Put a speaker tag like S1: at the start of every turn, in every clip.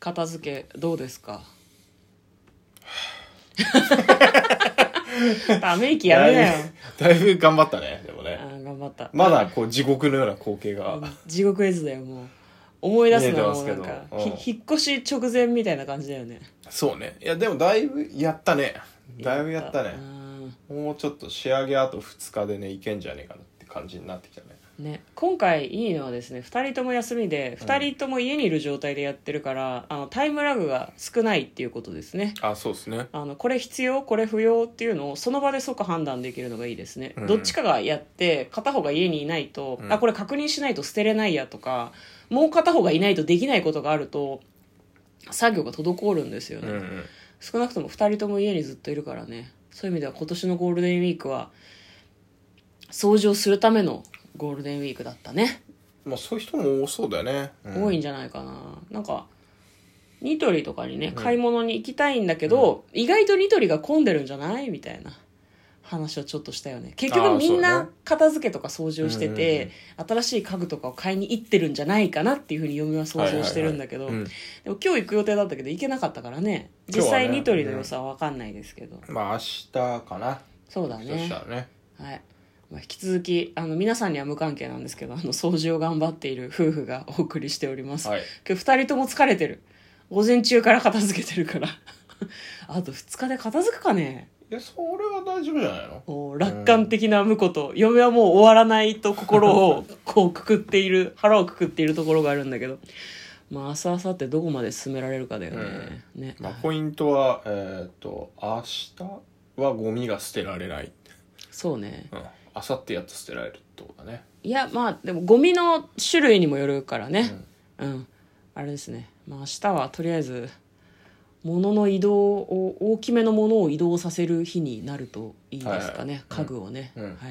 S1: 片付けどうです かため息やめなよ
S2: だい ぶだいぶ頑張ったねでも
S1: あ
S2: ね
S1: ー頑張った
S2: まだこう地獄のような光景が
S1: 地獄絵図だよもう思い出すのはもう
S2: 見
S1: な
S2: え
S1: ん
S2: てます
S1: か
S2: けどうん
S1: ひ引っ越し直前みたいな感じだよね
S2: そうねいやでもだいぶやったねだいぶやったね
S1: うん
S2: もうちょっと仕上げあと2日でねいけんじゃねえかなって感じになってきたね
S1: ね、今回いいのはですね2人とも休みで2人とも家にいる状態でやってるから、あのタイムラグが少ないっていうことですね
S2: あそうですね
S1: あのこれ必要これ不要っていうのをその場で即判断できるのがいいですね、
S2: うん
S1: どっちかがやって片方が家にいないと、
S2: うん
S1: あこれ確認しないと捨てれないやとかもう片方がいないとできないことがあると作業が滞るんですよ
S2: う
S1: ね、
S2: んうん
S1: 少なくとも2人とも家にずっといるからねそういう意味では今年のゴールデンウィークは掃除をするためのゴールデンウィークだったね、
S2: まあそういう人も多そうだよね、うん
S1: 多いんじゃないかななんかニトリとかにね買い物に行きたいんだけど、意外とニトリが混んでるんじゃないみたいな話をちょっとしたよね結
S2: あ
S1: 局
S2: ー
S1: みん
S2: そう
S1: な
S2: ね
S1: 片付けとか掃除をして
S2: うん
S1: て、新しい家具とかを買いに行ってるんじゃないかなっていうふうに嫁は想像してるんだけど、
S2: はいはいはい
S1: でも今日行く予定だったけど行けなかったからね
S2: 今
S1: 実
S2: 日はね
S1: 際ニトリの良さは分かんないですけど、
S2: うんまあ明日かな
S1: そうだ
S2: そし
S1: ね
S2: た。らね
S1: はい。まあ、引き続き、あの、皆さんには無関係なんですけど、あの、掃除を頑張っている夫婦がお送りしております。
S2: はい
S1: 今日二人とも疲れてる。午前中から片付けてるから。 あと二日で片付くかね
S2: いやそれは大丈夫じゃないの
S1: もう楽観的な婿と、嫁はもう終わらないと心を、こう、くくっている、腹をくくっているところがあるんだけど。まあ、明日、明後日どこまで進められるかだよね。ね。
S2: まあ、ポイントはえーっと明日はゴミが捨てられない、
S1: そうね。
S2: うん、明後日やっと捨てられるってことだね
S1: いや、まあ、でも、ゴミの種類にもよるからね。
S2: ん
S1: うん、あれですね、まあ、明日はとりあえず物の移動を大きめのものを移動させる日になるといいですかね、
S2: はいはい
S1: 家具をね、
S2: うん
S1: はいま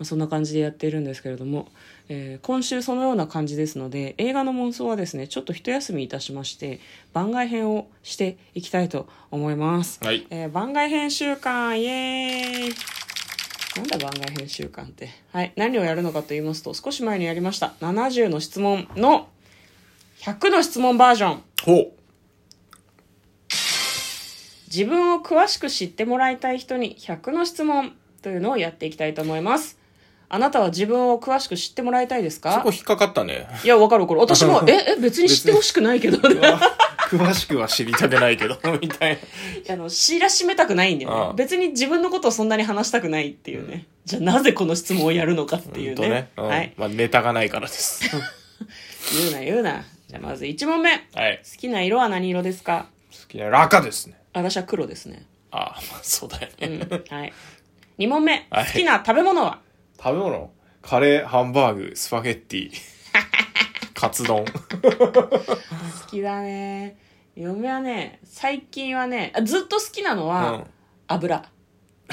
S1: あそんな感じでやっているんですけれども、えー今週そのような感じですので映画の妄想はですねちょっと一休みいたしまして番外編をしていきたいと思います、
S2: はい
S1: えー番外編週間イエーイなんだ番外編週間ってはい何をやるのかと言いますと少し前にやりました70の質問の100の質問バージョン
S2: ほ
S1: 自分を詳しく知ってもらいたい人に100の質問というのをやっていきたいと思いますあなたは自分を詳しく知ってもらいたいです
S2: うそ
S1: か
S2: こ引っかかったね
S1: いやわかるこれ私もええ別に知ってほしく ないけど
S2: うわ 詳しくは知りたくないけど みたい
S1: あの知らしめたくないんだよね
S2: ああ
S1: 別に自分のことをそんなに話したくないっていうね、じゃあなぜこの質問をやるのかって
S2: な
S1: いう
S2: ほんと
S1: ね
S2: うん
S1: はい
S2: まあ、ネタがないからです
S1: 言うな言うなじゃあまず1問目好
S2: はい
S1: きな色は何色ですか
S2: 好きなラカですね
S1: 私は黒ですね、
S2: ああまあそうだよ
S1: う
S2: ね、
S1: ん
S2: 食べ
S1: はい、2問目好
S2: はい
S1: きな食べ物は
S2: 物カレーハンバーグスパゲッテ ィカツ丼
S1: 好きだね嫁はね最近はねあずっと好きなのは、
S2: うん
S1: 油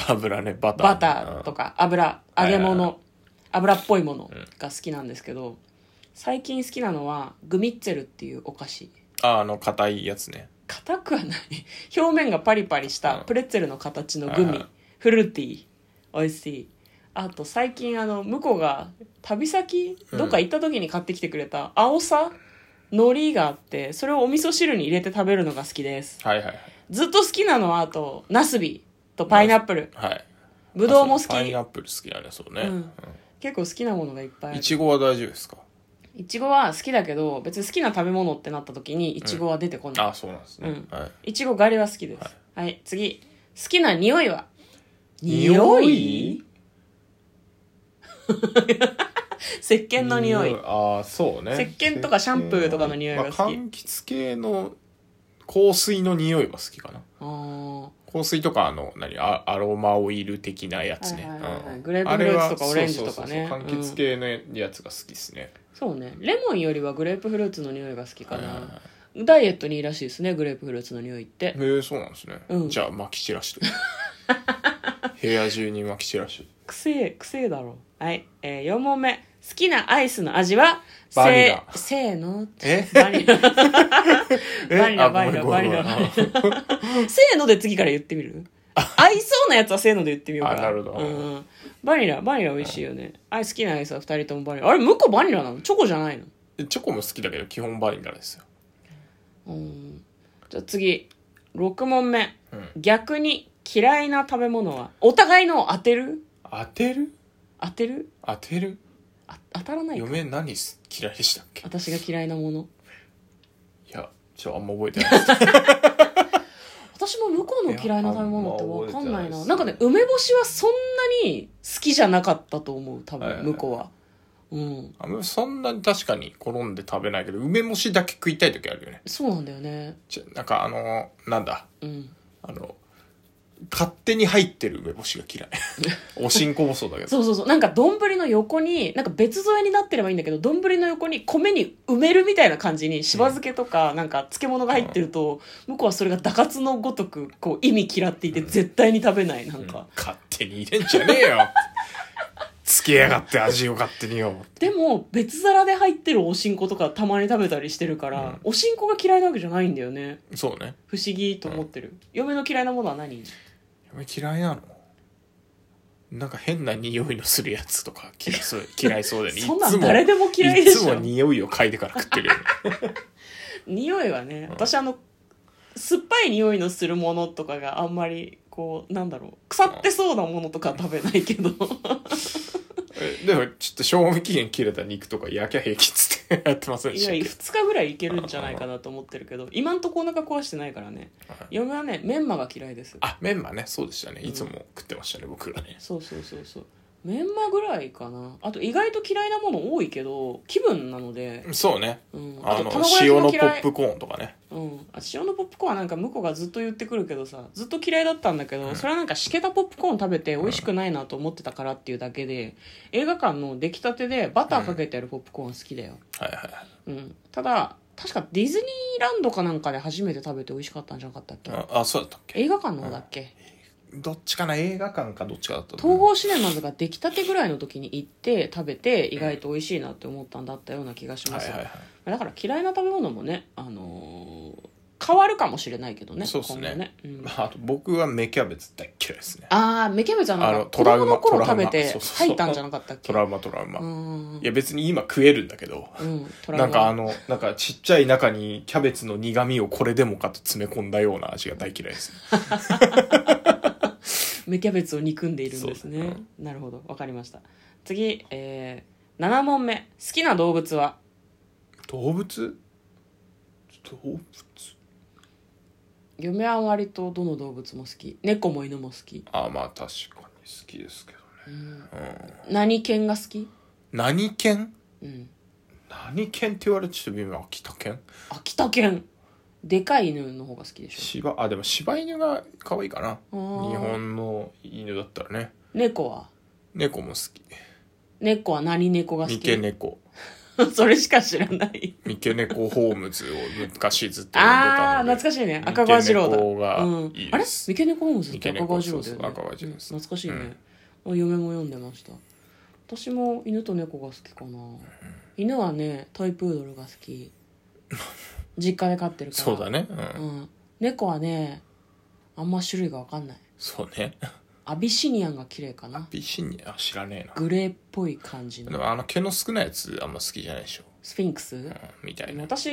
S2: 油ねバターね
S1: バターとか油揚げ
S2: はいはい
S1: 物、
S2: はい
S1: 油っぽいものが好きなんですけど、最近好きなのはグミッツェルっていうお菓子
S2: うんああの硬いやつね
S1: 硬くはない表面がパリパリした
S2: うん
S1: プレッツェルの形のグ
S2: はい
S1: ミ、
S2: はい
S1: フルーティー美味しいあと最近あの向こうが旅先
S2: うん
S1: どっか行った時に買ってきてくれた青さ海苔があってそれをお味噌汁に入れて食べるのが好きです
S2: はいはいはい
S1: ずっと好きなのはあとナスビとパイナップル
S2: はい
S1: ぶどうも好き
S2: パイナップル好きだねそうね、
S1: うん
S2: うん
S1: 結構好きなものがいっぱいある
S2: いちごは大丈夫ですか
S1: いちごは好きだけど別に好きな食べ物ってなった時にいちごは出てこない、
S2: あそうなんですね、
S1: うん
S2: はい、
S1: いちご狩りは好きですはい、次好きな匂いは
S2: 匂い
S1: 石鹸の匂い
S2: ああそうね
S1: 石鹸とかシャンプーとかの匂いが好き
S2: まあ、柑橘系の香水の匂いは好きかな
S1: あー
S2: 香水とかあの何アアロマオイル的なやつね、
S1: はいはいはいはい
S2: うん
S1: グレープフルーツとかオレンジとかね
S2: あれはそうそうそうそう柑橘系のやつが好きですね、
S1: そうねレモンよりはグレープフルーツの匂いが好きか
S2: はいはいは
S1: な、ダイエットにいいらしいですねグレープフルーツの匂いって
S2: いへえそうなんですね、
S1: うん
S2: じゃあ撒き散 らして部屋中に撒き散らして
S1: くせえくせえだろはい、えー、4問目好きなアイスの味は
S2: バニラ
S1: せせーの
S2: え
S1: バニラ
S2: え
S1: バニラ
S2: あ
S1: バニラ
S2: ごめんごめ
S1: バ
S2: ん
S1: ニラせーので次から言ってみる合いそうなやつはせーので言ってみようか
S2: あなるほど
S1: うんうん、バニラバニラ美味しいよね、あい好きなアイスは2人ともバニラあれ向こうバニラなのチョコじゃないの
S2: チョコも好きだけど基本バニラですよ
S1: うんじゃあ次6問目、
S2: うん
S1: 逆に嫌いな食べ物はお互いのを当てる
S2: 当てる
S1: 当てる
S2: 当てる
S1: あ当たらないか
S2: 嫁何す嫌いでしたっけい
S1: 私が嫌いなもの
S2: やちょあんま覚えてないです
S1: 私も向こうの嫌いな食べ物って分かんないな
S2: いやあんま覚えてないです
S1: なんかね梅干しはそんなに好きじゃなかったと思う多
S2: はいは
S1: 分
S2: い
S1: 向こうは、うん
S2: あそんなに確かに転んで食べないけど梅干しだけ食いたい時あるよね
S1: そうなんだよね
S2: ちょなんかあのなんだ
S1: うん
S2: あの勝手に入ってる梅干しが 嫌いおしんこもそうだけど
S1: そうそうそうなんか丼の横になんか別添えになってればいいんだけど丼の横に米に埋めるみたいな感じにしば漬けとかなんか漬物が入ってると向こうはそれが打活のごとくこう意味嫌っていて絶対に食べないなんか
S2: 勝手に入れんじゃねえよつけやがって味を勝手によ
S1: でも別皿で入ってるおしんことかたまに食べたりしてるから、
S2: うん
S1: おしんこが嫌いなわけじゃないんだよね
S2: そうね
S1: 不思議と思ってる、嫁の嫌いなものは何
S2: 嫁嫌いなのなんか変な匂いのするやつとか嫌い そう嫌いそうだよね
S1: そんなん誰でも嫌いで
S2: い
S1: し
S2: つも
S1: ょ
S2: 匂いを嗅いでから食ってるよね
S1: 匂いはね、
S2: ん
S1: 私あの酸っぱい匂いのするものとかがあんまりこうなんだろう腐ってそうなものとかは食べ ないけど
S2: えでもちょっと賞味期限切れた肉とか焼きゃ平気っつってやってませんで
S1: い
S2: し
S1: や
S2: たっ
S1: 2
S2: け
S1: 日ぐらいいけるんじゃないかなと思ってるけど今んとこお腹壊してないからね嫁はねメンマが嫌いです
S2: あメンマねそうでしたねいつも食ってましたね、僕がね
S1: そうそうそうそうメンマぐらいかなあと意外と嫌いなもの多いけど気分なので、
S2: そうね
S1: うん、
S2: あ
S1: と
S2: の
S1: 卵焼き
S2: 塩
S1: も
S2: のポ
S1: 嫌い
S2: ップコーンとかね
S1: うん、あ塩のポップコーンはなんか向こうがずっと言ってくるけどさずっと嫌いだったんだけど、それはなんかしけたポップコーン食べて美味しくないなと思ってたからっていうだけで映画館の出来たてでバターかけてあるポップコーンは好きだよ、
S2: はいはいはい
S1: うん、ただ確かディズニーランドかなんかで初めて食べて美味しかったんじゃなかったっけ
S2: ああそうだったっけ
S1: 映画館の方だっけ、
S2: どっちかな映画館かどっちかだったと
S1: 統
S2: 思う
S1: 合シネマズが出来たてぐらいの時に行って食べて意外と美味しいなって思ったんだったような気がしま
S2: は
S1: す、
S2: いはいはい
S1: だから嫌いな食べ物もね、あのー変わるかもしれないけどね
S2: そうっすね
S1: 今後ね、うん
S2: まああと僕は芽キャベツ大嫌いですね
S1: ああ、芽キャベツはなん
S2: あ
S1: か
S2: の
S1: 子
S2: トラウ
S1: 供
S2: マ
S1: の頃食べ
S2: トラウマ
S1: て
S2: そうそうそう
S1: 入ったんじゃなかったっけ
S2: トラウマトラウマ、
S1: う
S2: い
S1: ん。
S2: や別に今食えるんだけど
S1: うん、トラウマ。
S2: なんかあのなんかちっちゃい中にキャベツの苦味をこれでもかと詰め込んだような味が大嫌いですね
S1: 芽キャベツを憎んでいるんですね。
S2: そう
S1: なるほど、わかりました。次、えー、7問目。好きな動物は
S2: 動物動物
S1: 嫁は割とどの動物も好き。猫も犬も好き。
S2: あまあ確かに好きですけどね
S1: 何犬が好き
S2: 何犬
S1: うん。
S2: 何犬って言われてちょっと微妙秋田犬
S1: 秋田犬。でかい犬の方が好きでし
S2: 柴あでも柴犬が可愛いかな
S1: あ
S2: 日
S1: ー
S2: 本の犬だったらね
S1: ょ。猫は
S2: 猫も好き
S1: 猫は何猫が好
S2: 三
S1: き
S2: 毛猫
S1: それしか知らない。
S2: 三毛猫ホームズを昔ずっと読んで
S1: ああ
S2: た
S1: ー、
S2: ので
S1: 懐かしいね。
S2: 三毛
S1: 赤川次郎だ。
S2: 猫が
S1: うん
S2: いいです
S1: あれ三毛猫ホームズって
S2: 三毛
S1: 赤
S2: 猫
S1: 川次郎だよね。
S2: そうそう赤川次郎です
S1: うん懐かしいね。嫁も読んでました。私も犬と猫が好きかな。犬はね、トイプードルが好き。実家で飼ってるから。
S2: そうだねう
S1: うんん。猫はね、あんま種類がわかんない。
S2: そうね
S1: アビシニアンが綺麗かな。
S2: ビシンにあ知らねえ
S1: グレーっぽい感じ
S2: なで
S1: の。
S2: もあの毛の少ないやつあんま好きじゃないでしょ、
S1: スフィンクス、
S2: うん、みたいな
S1: 私、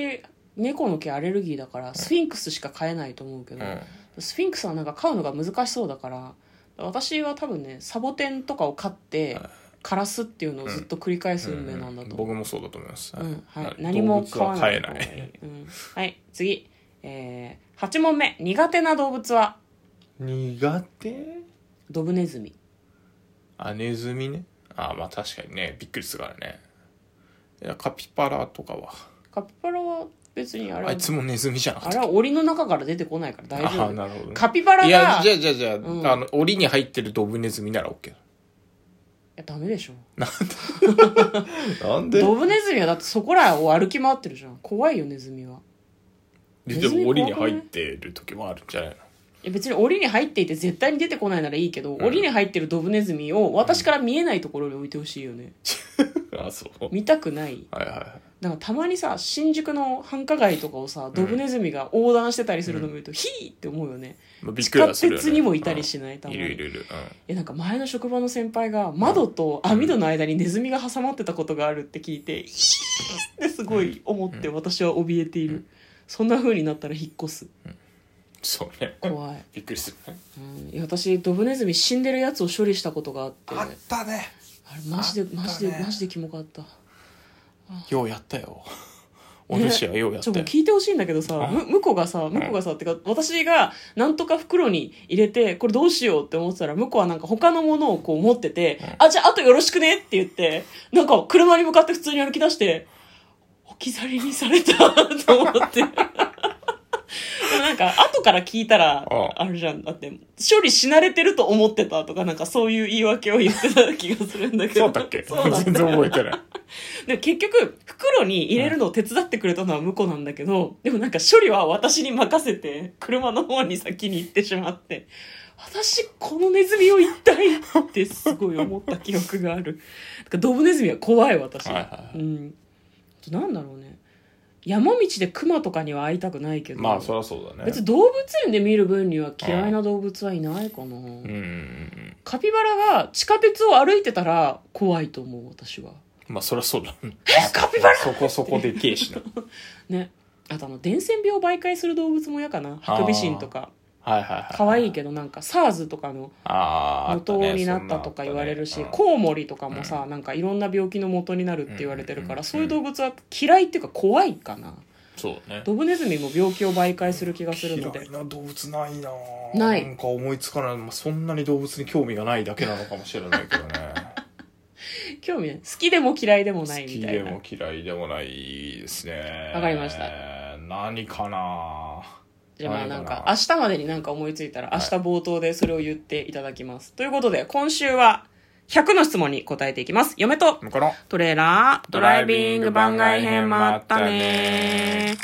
S1: 猫の毛アレルギーだから、スフィンクスしか飼えないと思うけど、
S2: うん
S1: スフィンクスはなんか飼うのが難しそうだから私は多分ねサボテンとかを飼って枯らすっていうのをずっと繰り返す運命なんだと思う、
S2: 僕もそうだと思います、
S1: うんはい、
S2: な
S1: 何も飼
S2: 動物
S1: わ
S2: は
S1: な
S2: 飼
S1: い
S2: えない、
S1: うん、はい次、えー、8問目苦手な動物は
S2: 苦手
S1: ドブネズミ
S2: あネズミねあまあ確かにねびっくりするからねいやカピバラとかは
S1: カピバラは別にあれ
S2: あいつもネズミじゃなか
S1: あ
S2: っ
S1: れ
S2: た
S1: は檻の中から出てこないから大丈
S2: あ
S1: 夫
S2: なるほどね
S1: カピバラが
S2: い
S1: いや
S2: やじゃあじゃあじゃあ,、
S1: うん
S2: あの檻に入ってるドブネズミなら OK
S1: ダメでしょ
S2: なん
S1: ドブネズミはだってそこらを歩き回ってるじゃん怖いよネズミは
S2: でも檻に入ってる時もあるんじゃないの
S1: いや別に檻に入っていて絶対に出てこないならいいけど、檻に入ってるドブネズミを私から見えないところに置いてほしいよね、
S2: あそう
S1: 見たくない
S2: はいはいはい
S1: なんかたまにさ新宿の繁華街とかをさドブネズミが横断してたりするの見ると、ヒーって思うよね
S2: まあび
S1: 地
S2: っくり
S1: 下
S2: はするよね
S1: 鉄にもいたりしない、た
S2: うん
S1: ま
S2: い
S1: に
S2: るいるいる、
S1: いやなんか前の職場の先輩が窓と網戸の間にネズミが挟まってたことがあるって聞いて、イーってすごい思って私は怯えている、そんな風になったら引っ越す
S2: そうね
S1: 怖い、
S2: びっくりするね
S1: うんいや私ドブネズミ死んでるやつを処理したことがあってあ
S2: あったね
S1: れマジで、
S2: あったね
S1: マジでマジでキモかった
S2: ようやったよお主はようやっ
S1: ちょ
S2: た
S1: っと
S2: よ、
S1: 聞いてほしいんだけどさ
S2: うん
S1: む向こうがさ向こうがさってか私がなんとか袋に入れてこれどうしようって思ってたら向こうはなんか他のものをこう持ってて「あじゃああとよろしくね」って言ってなんか車に向かって普通に歩き出して置き去りにされた と思ってでもなんか後から聞いたら
S2: あ
S1: あるじゃんだって処理し慣れてると思ってたとかなんかそういう言い訳を言ってた気がするんだけど
S2: そうだっけ
S1: そうなんだ
S2: 全然覚え てない
S1: で結局袋に入れるのを手伝ってくれたのは向こうなんだけど、でもなんか処理は私に任せて車の方に先に行ってしまって私このネズミを一体ってすごい思った記憶がある だからドブネズミは怖い私、
S2: はいはいはい
S1: うんあとなんだろうね山道でクマとかには会いたくないけど、
S2: まあそりゃそうだね
S1: 別に動物園で見る分には嫌いな動物はいないかな、
S2: うんうんうん
S1: カピバラが地下鉄を歩いてたら怖いと思う私は
S2: まあそりゃ そうだね
S1: カピバラ
S2: そこそこでけえしな
S1: ねあとあの伝染病を媒介する動物も嫌かなハクビシンとか
S2: はいはいはい
S1: 可愛いけどなんか SARS とかの
S2: あーあ
S1: 元になったとか言われるし、コウモリとかもさ、なんかいろんな病気の元になるって言われてるから、
S2: うんうんうん
S1: そういう動物は嫌いっていうか怖いかな
S2: そうだね
S1: ドブネズミも病気を媒介する気がす
S2: 嫌
S1: るので
S2: いな動物ないなぁ
S1: ない
S2: んか思いつかない、まあ、そんなに動物に興味がないだけなのかもしれないけどね
S1: 興味ない好きでも嫌いでも
S2: 好
S1: ない
S2: き
S1: みたい
S2: で
S1: な
S2: も嫌いでもないですね
S1: わかりました
S2: 何かな
S1: じゃあまあなん
S2: ない
S1: か
S2: かな
S1: 明日までになんか思いついたら
S2: は
S1: 明
S2: い
S1: 日冒頭でそれを言っていただきます、ということで今週は100の質問に答えていきます嫁と
S2: ぁこの
S1: トレーラードライビング番外編もあったね